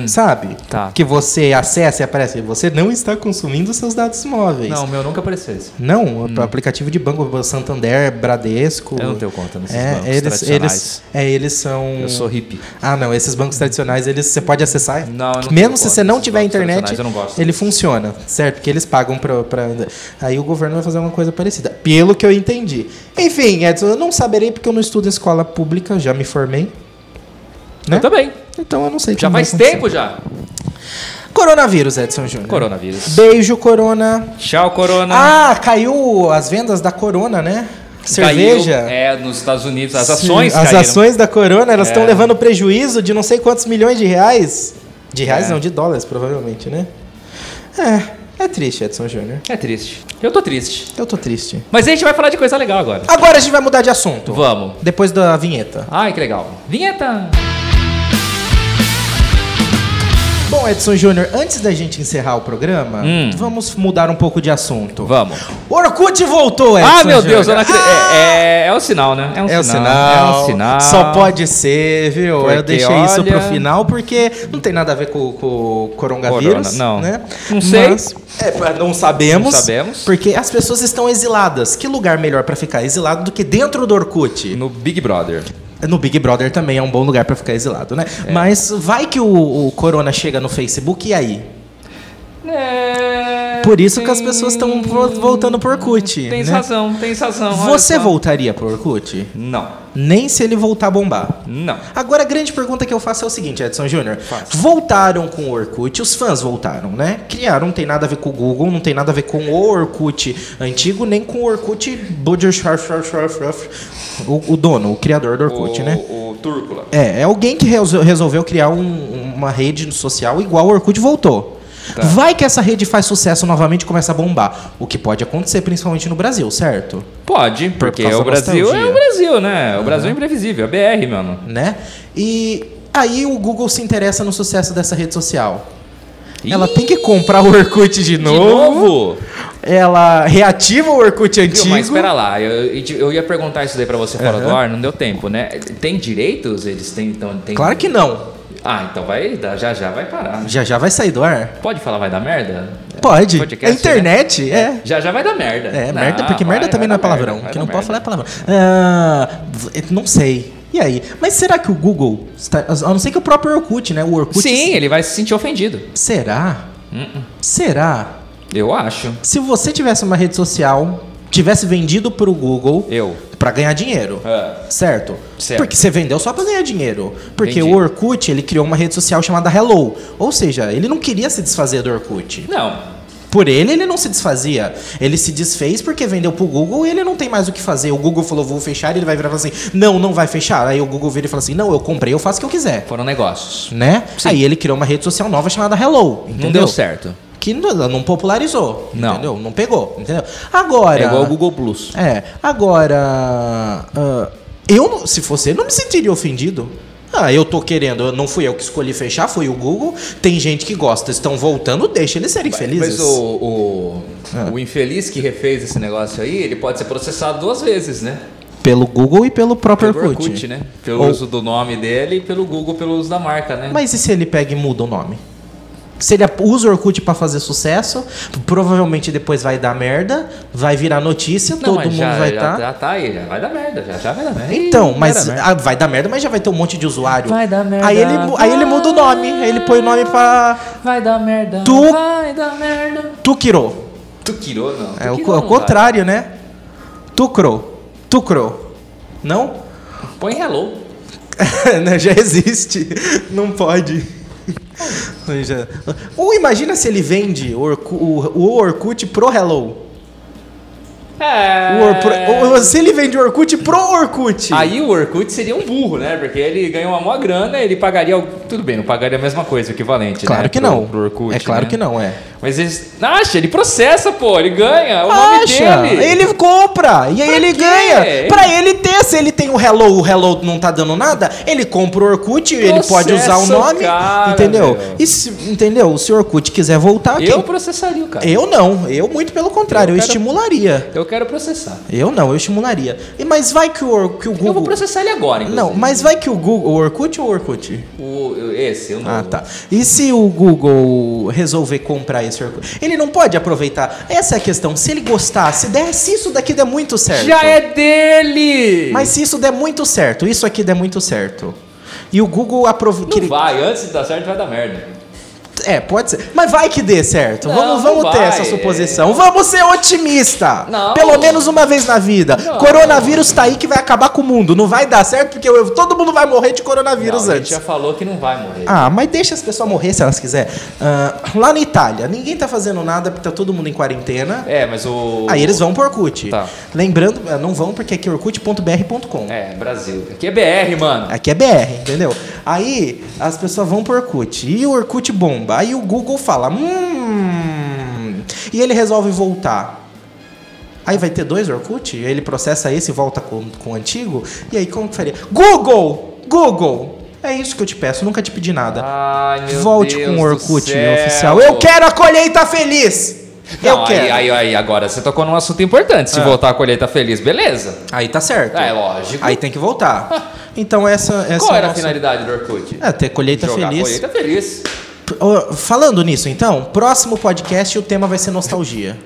Sabe?
Tá.
Que você acessa e aparece. Você não está consumindo seus dados móveis.
Não, o meu nunca apareceu esse.
Não, o aplicativo de banco, Santander, Bradesco.
Eu não tenho conta nesses
é,
bancos
eles, eles,
tradicionais.
é, eles são.
Eu sou hippie.
Ah, não, esses bancos tradicionais, eles você pode acessar.
Não, eu não tenho
Mesmo se
conta
você não
nesses
tiver
bancos
internet,
tradicionais, eu não gosto
ele
deles.
funciona, certo? Porque eles pagam pra, pra. Aí o governo vai fazer uma coisa parecida, pelo que eu entendi. Enfim, Edson, eu não saberei porque eu não estudo em escola pública, já me formei. Né?
Eu também.
Então eu não sei
Já
como vai
faz
acontecer.
tempo já.
Coronavírus, Edson Júnior.
Coronavírus.
Beijo, Corona.
Tchau, Corona.
É. Ah, caiu as vendas da Corona, né?
Caiu,
Cerveja.
é, nos Estados Unidos. As
Sim,
ações
As
caíram.
ações da Corona, elas
É.
estão levando prejuízo de não sei quantos milhões de reais. De reais
É.
não, de dólares, provavelmente, né? É, é triste, Edson Júnior.
É triste. Eu tô triste.
Eu tô triste.
Mas a gente vai falar de coisa legal agora.
Agora a gente vai mudar de assunto.
Vamos.
Depois da vinheta.
Ai, que legal. Vinheta.
Bom, Edson Júnior, antes da gente encerrar o programa,
Hum.
vamos mudar um pouco de assunto.
Vamos.
Orkut voltou, Edson
ah, meu
É, Júnior.
Deus. Eu não acredito. É, é, é um sinal, né? É um,
É o
sinal.
sinal.
É um sinal.
Só pode ser, viu?
Porque
eu deixei isso
olha-
pro final porque não tem nada a ver com, com o coronavírus.
Corona, não.
Né?
Não sei.
Mas, é, pra- não sabemos.
Não sabemos.
Porque as pessoas estão exiladas. Que lugar melhor pra ficar exilado do que dentro do Orkut?
No Big Brother.
No Big Brother também é um bom lugar pra ficar exilado, né?
É.
Mas vai que o, o corona chega no Facebook e aí?
É...
Por isso que as pessoas estão voltando pro Orkut.
Tem
né?
razão, tem razão. olha
Você
só.
voltaria pro Orkut?
Não,
Nem se ele voltar a bombar.
não.
Agora, a grande pergunta que eu faço é o seguinte, Edson Júnior. Voltaram com o Orkut, os fãs voltaram, né? Criaram, não tem nada a ver com o Google, não tem nada a ver com o Orkut antigo, nem com o Orkut... O, o dono, o criador do Orkut, né?
O, o Túrcula.
É, é alguém que reso- resolveu criar um- uma rede social igual o Orkut voltou. Vai que essa rede faz sucesso novamente e começa a bombar. O que pode acontecer, principalmente no Brasil, certo?
Pode, porque
causa da
o Brasil é
nostalgia.
o Brasil, né? O Brasil é imprevisível, é BR, mano.
Né? E aí o Google se interessa no sucesso dessa rede social. Ela
Ih,
tem que comprar o Orkut de
de
novo.
novo?
Ela reativa o Orkut
Viu,
antigo.
mas espera lá, eu, eu ia perguntar isso daí pra você fora do
Aham.
ar, não deu tempo, né? Tem direitos? Eles têm, então... Tem...
Claro que não.
Ah, então vai, dar- já já vai parar.
Já já vai sair do ar?
Pode falar vai dar merda?
Pode.
É, Podcast, né?
a internet, é.
Já já vai dar merda.
É,
Não,
merda, porque
vai-
merda também não é
vai dar
palavrão.
merda,
que
vai
não
dar
pode falar é
merda.
palavrão. Ah, v- não sei. E aí? Mas será que o Google. Está, a não ser que o próprio Orkut, né? O Orkut.
Sim, ele Hum, vai se sentir ofendido.
Será? Será?
Eu acho.
Se você tivesse uma rede social, tivesse vendido pro Google
Eu.
pra ganhar dinheiro.
Ah,
Certo?
Certo.
Porque você vendeu só pra ganhar dinheiro. Porque
Entendi.
o Orkut, ele criou uma rede social chamada Hello. Ou seja, ele não queria se desfazer do Orkut.
Não.
Por ele, ele não se desfazia. Ele se desfez porque vendeu pro Google e ele não tem mais o que fazer. O Google falou, vou fechar, ele vai virar e falar assim, não, não vai fechar. Aí o Google vira e fala assim, não, eu comprei, eu faço o que eu quiser.
Foram negócios.
Né? Aí ele criou uma rede social nova chamada Hello, entendeu?
Não deu certo.
Que não, não popularizou,
Não.
entendeu? Não pegou, entendeu? Agora...
É igual o Google Plus.
É, agora... ah, eu, não- se fosse ele, não me sentiria ofendido. Ah, eu tô querendo, não fui eu que escolhi fechar, foi o Google. Tem gente que gosta, estão voltando, deixa eles serem felizes. Ah.
Mas o, o, o infeliz que refez esse negócio aí, ele pode ser processado duas vezes, né?
Pelo Google e pelo próprio
Pelo
Orkut.
Orkut, né? Pelo
Ou-
uso do nome dele e pelo Google pelo uso da marca, né?
Mas e se ele pega e muda o nome? Se ele usa o Orkut pra fazer sucesso, provavelmente depois vai dar merda, vai virar notícia, todo mundo
já,
vai
já,
estar.
já tá aí, já vai dar merda, já, já vai dar merda.
Então,
Ih,
mas
vai dar merda.
ah, vai dar merda, mas já vai ter um monte de usuário.
Vai dar merda, Ah.
Aí ele, mu- aí ele muda o nome, aí ele põe o nome pra
Vai dar merda.
Tu-
Vai dar merda.
Tukiro.
Tu quirou, não.
É o,
Tukiro
co- é o
não dá.
contrário, né? Tucro. Tucro. Não?
Põe hello.
Né, já existe. Não pode. Não, já- Ou imagina se ele vende o, Orku- o- o Orkut pro Hello. O
É.
Or- pro- ou se ele vende o Orkut pro Orkut.
Aí o Orkut seria um burro, né? Porque ele ganhou uma maior grana, ele pagaria. al- Tudo bem, não pagaria a mesma coisa, o equivalente.
claro
né?
que
pro-
não.
pro Orkut,
é claro
né?
que não, é.
Mas eles. Acha, ele processa, pô, ele ganha. O
Acha?
nome dele.
Ele compra e aí ele
quê?
ganha. Pra ele ter, se ele tem o Hello, o Hello não tá dando nada, ele compra o Orkut, ele pode usar o
Processa o
nome,
cara,
entendeu?
meu.
E se, entendeu? Se o Orkut quiser voltar,
Eu
quem-
processaria o cara. Eu,
eu não, eu muito pelo contrário, eu,
Eu quero-
estimularia.
quero processar.
Eu não, eu estimularia. E, mas vai que o, Or- que o Google.
Eu vou processar ele agora, inclusive.
Não, mas vai que o Google. O Orkut ou o Orkut?
O, esse, eu não.
Ah, tá. E se o Google resolver comprar esse Orkut? Ele não pode aproveitar. Essa é a questão. Se ele gostar, se der, se isso daqui der muito certo.
Já é dele!
Mas se isso der muito certo, isso aqui der muito certo. E o Google aproveitar.
Não vai, antes de dar certo vai dar merda.
É, pode ser. Mas vai que dê certo.
Não,
vamos
não
vamos ter
vai.
essa suposição. Vamos ser otimista.
Não.
Pelo menos uma vez na vida.
Não.
Coronavírus tá aí que vai acabar com o mundo. Não vai dar certo porque eu- todo mundo vai morrer de coronavírus
Não, a gente
antes.
já falou que não vai morrer.
Ah, mas deixa as pessoas morrer se elas quiserem. Ah, lá na Itália, ninguém tá fazendo nada porque tá todo mundo em quarentena.
É, mas o.
Aí eles vão pro Orkut.
Tá.
Lembrando, ah, não vão porque aqui é orkut.br.com.
É, Brasil. Aqui é BR, mano.
Aqui é BR, entendeu? Aí as pessoas vão pro Orkut. E o Orkut bomba. Aí o Google fala. Hum. E ele resolve voltar. Aí vai ter dois Orkut? Ele processa esse e volta com, com o antigo? E aí como que faria? Google! Google! É isso que eu te peço, nunca te pedi nada.
Ai, Ah, meu
Volte
Deus
com o
do
Orkut, meu
céu.
oficial. Eu quero a colheita feliz!
Não,
eu
aí,
quero. Aí,
Aí, aí, agora você tocou num assunto importante. Se voltar a colheita feliz, beleza.
tá certo.
É, lógico.
Aí tem que voltar. Então essa, essa
Qual
é
era a
nossa-
finalidade do Orkut?
É, ter colheita
Jogar
feliz.
colheita feliz.
P- ó, Falando nisso, então, próximo podcast o tema vai ser nostalgia.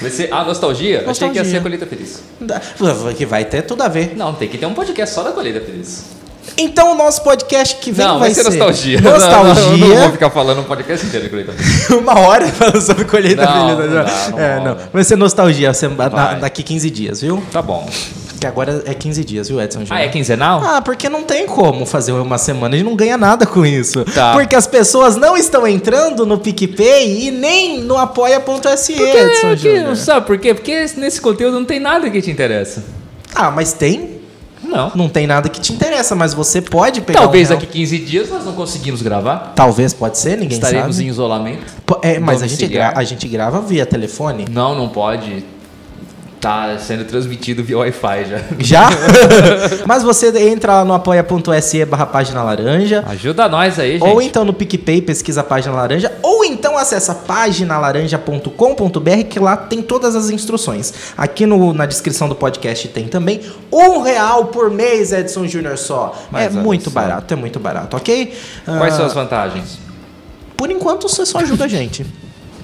Vai ser a nostalgia? Achei que ia
Nostalgia.
ser a colheita feliz.
Da- Que vai ter tudo a ver.
Não, tem que ter um podcast só da colheita feliz.
Então o nosso podcast que vem
Não,
vai
vai ser nostalgia.
Nostalgia.
Não, não, não, não vou ficar falando o podcast inteiro, Cleiton.
uma hora falando sobre colheita
Não,
brilhante.
não dá, não
é,
rola.
não. Vai ser nostalgia você- da-
Vai.
daqui 15 dias, viu?
Tá bom.
Que agora é 15 dias, viu, Edson? Júnior?
Ah, é quinzenal?
Ah, porque não tem como fazer uma semana e não ganha nada com isso.
Tá.
Porque as pessoas não estão entrando no PicPay e nem no apoia.se, Edson
é, que,
Júnior.
sabe por quê? Porque nesse conteúdo não tem nada que te interessa.
Ah, mas tem.
Não.
Não tem nada que te interessa, mas você pode pegar um
Talvez
real.
daqui 15 dias nós não conseguimos gravar.
Talvez, pode ser, ninguém
Estaremos
sabe.
em isolamento.
Po- É, mas a gente,
domiciliar.
gra- a gente grava via telefone.
Não, não pode. Tá sendo transmitido via Wi-Fi já.
Já? mas você entra lá no apoia.se barra página laranja.
Ajuda nós aí, gente.
Ou então no PicPay, pesquisa a página laranja, ou então acessa paginalaranja.com.br, que lá tem todas as instruções. Aqui no- na descrição do podcast tem também. Um real por mês, Edson Júnior só.
Mas
é
olha
muito
só.
barato, é muito barato, ok? Ah, é
Quais são as vantagens?
Por enquanto, você só ajuda a gente.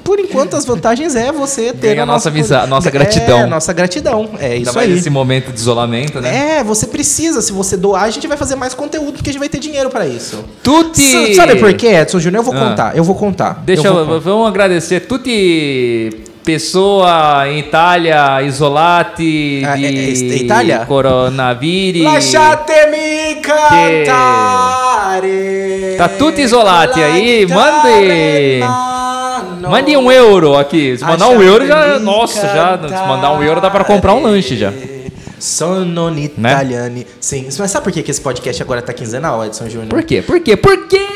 Por enquanto, as vantagens é você ter
Ganha a nossa amizade, nossa gratidão.
É, nossa gratidão. É
Ainda
isso
mais
aí.
nesse momento de isolamento, né?
É, você precisa. Se você doar, a gente vai fazer mais conteúdo, porque a gente vai ter dinheiro pra isso.
Tuti!
S- Sabe por quê, Edson Júnior? Eu vou
Ah.
contar, eu vou contar.
Deixa
eu.
eu,
vou contar.
vamos agradecer tutti pessoa em Itália isolati
Ah,
di
é- é est- Itália?
coronavírus.
Lasciatemi cantare.
Tá tutti isolati aí, mande-
mande.
Mande um euro aqui. Se mandar um euro já, nossa, já se mandar um euro dá pra comprar
É.
um lanche já. Né?
Sono italiani. Sim, mas sabe por que que esse podcast agora tá quinzenal, Edson Júnior?
Por quê? Por quê? Por quê?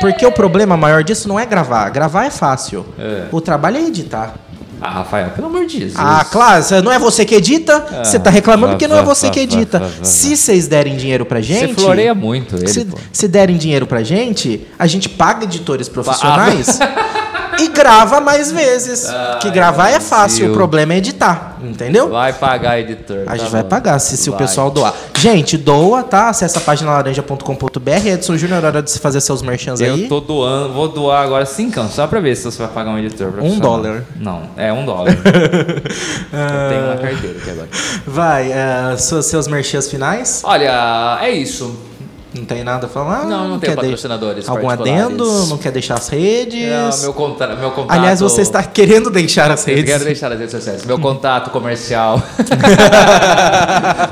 Porque o problema maior disso não é gravar. Gravar é fácil.
É.
O trabalho é editar.
Ah, Rafael, pelo amor de Jesus.
Ah, claro, cê- não é você que edita,
Ah,
você tá reclamando
vá,
porque não é
vá,
você
vá,
que
vá,
edita.
vá, vá,
Se vocês derem dinheiro pra
Você
gente.
floreia muito ele,
se,
pô.
se derem dinheiro pra gente, a gente paga editores profissionais
Ah.
e grava mais vezes.
Ai,
que gravar é fácil,
Brasil.
o problema é editar, entendeu?
Ah, Vai pagar, editor.
A
tá
gente vai
bom.
pagar se, se o
Vai.
pessoal doar. Gente, doa, tá? Acessa a página laranja.com.br. Edson Júnior, é hora de você fazer seus merchans aí.
Eu tô doando, vou doar agora cincão, só pra ver se você vai pagar um editor profissional.
dólar.
Não, é um dólar. Eu tenho uma carteira aqui agora.
Vai, eh, seus, seus merchans finais.
Olha, é isso.
Não tem nada a falar?
Não, não tenho
Ah, quer de-
patrocinadores
Algum
particulares.
adendo? Não quer deixar as redes?
É, meu, conta, meu contato.
Aliás, você está querendo deixar as
Eu
redes?
quero deixar as redes sociais. Meu contato comercial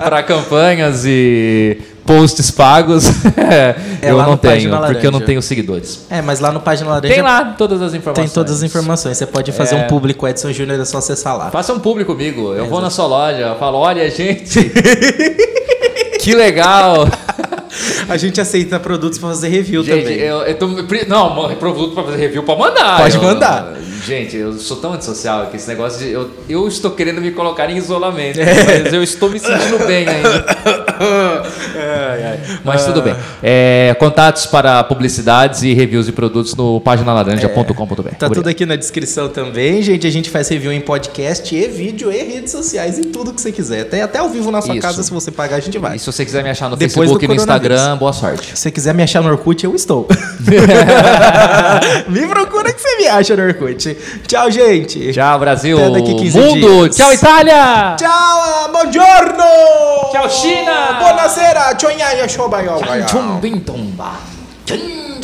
para campanhas e posts pagos. eu
É lá
não
no
tenho,
Página
porque eu não
Laranja.
tenho seguidores.
É, mas lá no Página Laranja
Tem lá todas as informações.
tem todas as informações. Você pode fazer
É.
um público Edson Júnior, é só acessar lá.
Faça um público comigo. Eu vou na sua loja, eu falo, olha, gente. que legal!
A gente aceita produtos para fazer review
Gente,
também.
eu, eu tô. me pre- Não, mano, produto pra fazer review pra mandar.
Pode
Eu-
mandar.
Gente, eu sou tão antissocial que esse negócio de. Eu, eu estou querendo me colocar em isolamento,
É.
mas eu estou me sentindo bem ainda. Mas tudo bem. É, contatos para publicidades e reviews de produtos no paginalaranja.com.br.
Tá tudo aqui na descrição também, gente. A gente faz review em podcast e vídeo e redes sociais e tudo que você quiser. Até, até ao vivo na sua
Isso.
casa, se você pagar, a gente vai.
E se você quiser me achar no
Depois
Facebook
do
e no
coronavírus.
Instagram, boa sorte.
Se você quiser me achar no Orkut, eu estou. me procura que você me acha no Orkut. Tchau, gente.
Tchau, Brasil.
Até daqui 15
Mundo.
dias.
Tchau, Itália.
Ciao, ah, buongiorno!
Ciao, Cina!
Buonasera, ciao, ciao, ciao, ciao.
Tchau.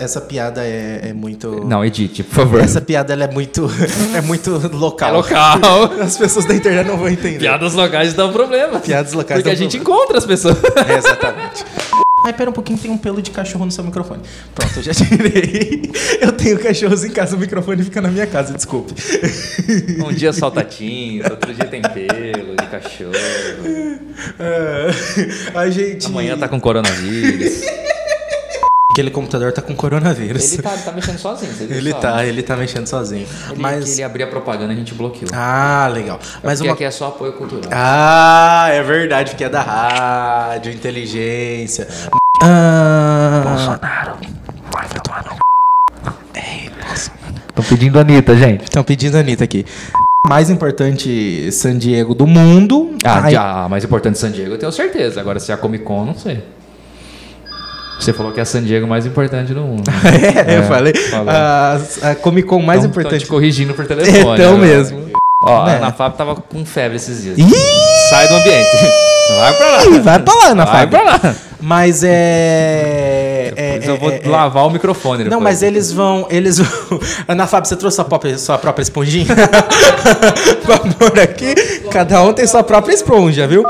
Essa piada é, é muito...
Não, edite, por favor.
Essa piada ela é muito, é muito local.
É local.
As pessoas da internet não vão entender.
Piadas locais dão problema.
Piadas locais
Porque
dão
a gente
problema.
encontra as pessoas.
É, exatamente. Ai, pera um pouquinho, tem um pelo de cachorro no seu microfone. Pronto, eu já tirei. Eu tenho cachorros em casa, o microfone fica na minha casa, desculpe.
Um dia
tá
solta tinta, outro dia tem pelo de cachorro.
Ah, a gente...
Amanhã tá com coronavírus.
Aquele computador tá com coronavírus.
Ele tá, tá mexendo sozinho, você viu
Ele
só?
tá, ele tá mexendo sozinho.
Ele, que
Mas.
ele abria propaganda, a gente bloqueou.
Ah, legal. Mas
Porque
uma.
aqui é só apoio cultural.
Ah, é verdade, porque é da rádio, inteligência. Ah,
Estão pedindo Anitta, gente.
estão É pedindo a Anitta aqui. Mais importante San Diego do mundo.
Ah,
Ai,
já, mais importante San Diego, eu tenho certeza. Agora se é a Comic Con, não sei. Se Você falou que é a San Diego mais importante do mundo.
É, eu falei.
falou.
A, a Comic Con mais
Então, Tô
importante.
te corrigindo por telefone.
Então
agora.
mesmo.
Ó, a
É.
Ana Fábio tava com febre esses dias.
Ih!
Sai do ambiente. Vai pra lá.
Ih, vai pra lá, Ana
Vai
Fábio.
pra lá.
Mas é. é,
Mas eu
é,
vou
é, é.
lavar o microfone
Não,
depois.
mas eles vão. Eles vão. Ana Fábio, você trouxe sua própria, sua própria esponjinha? pra pôr aqui. Cada um tem sua própria esponja, viu?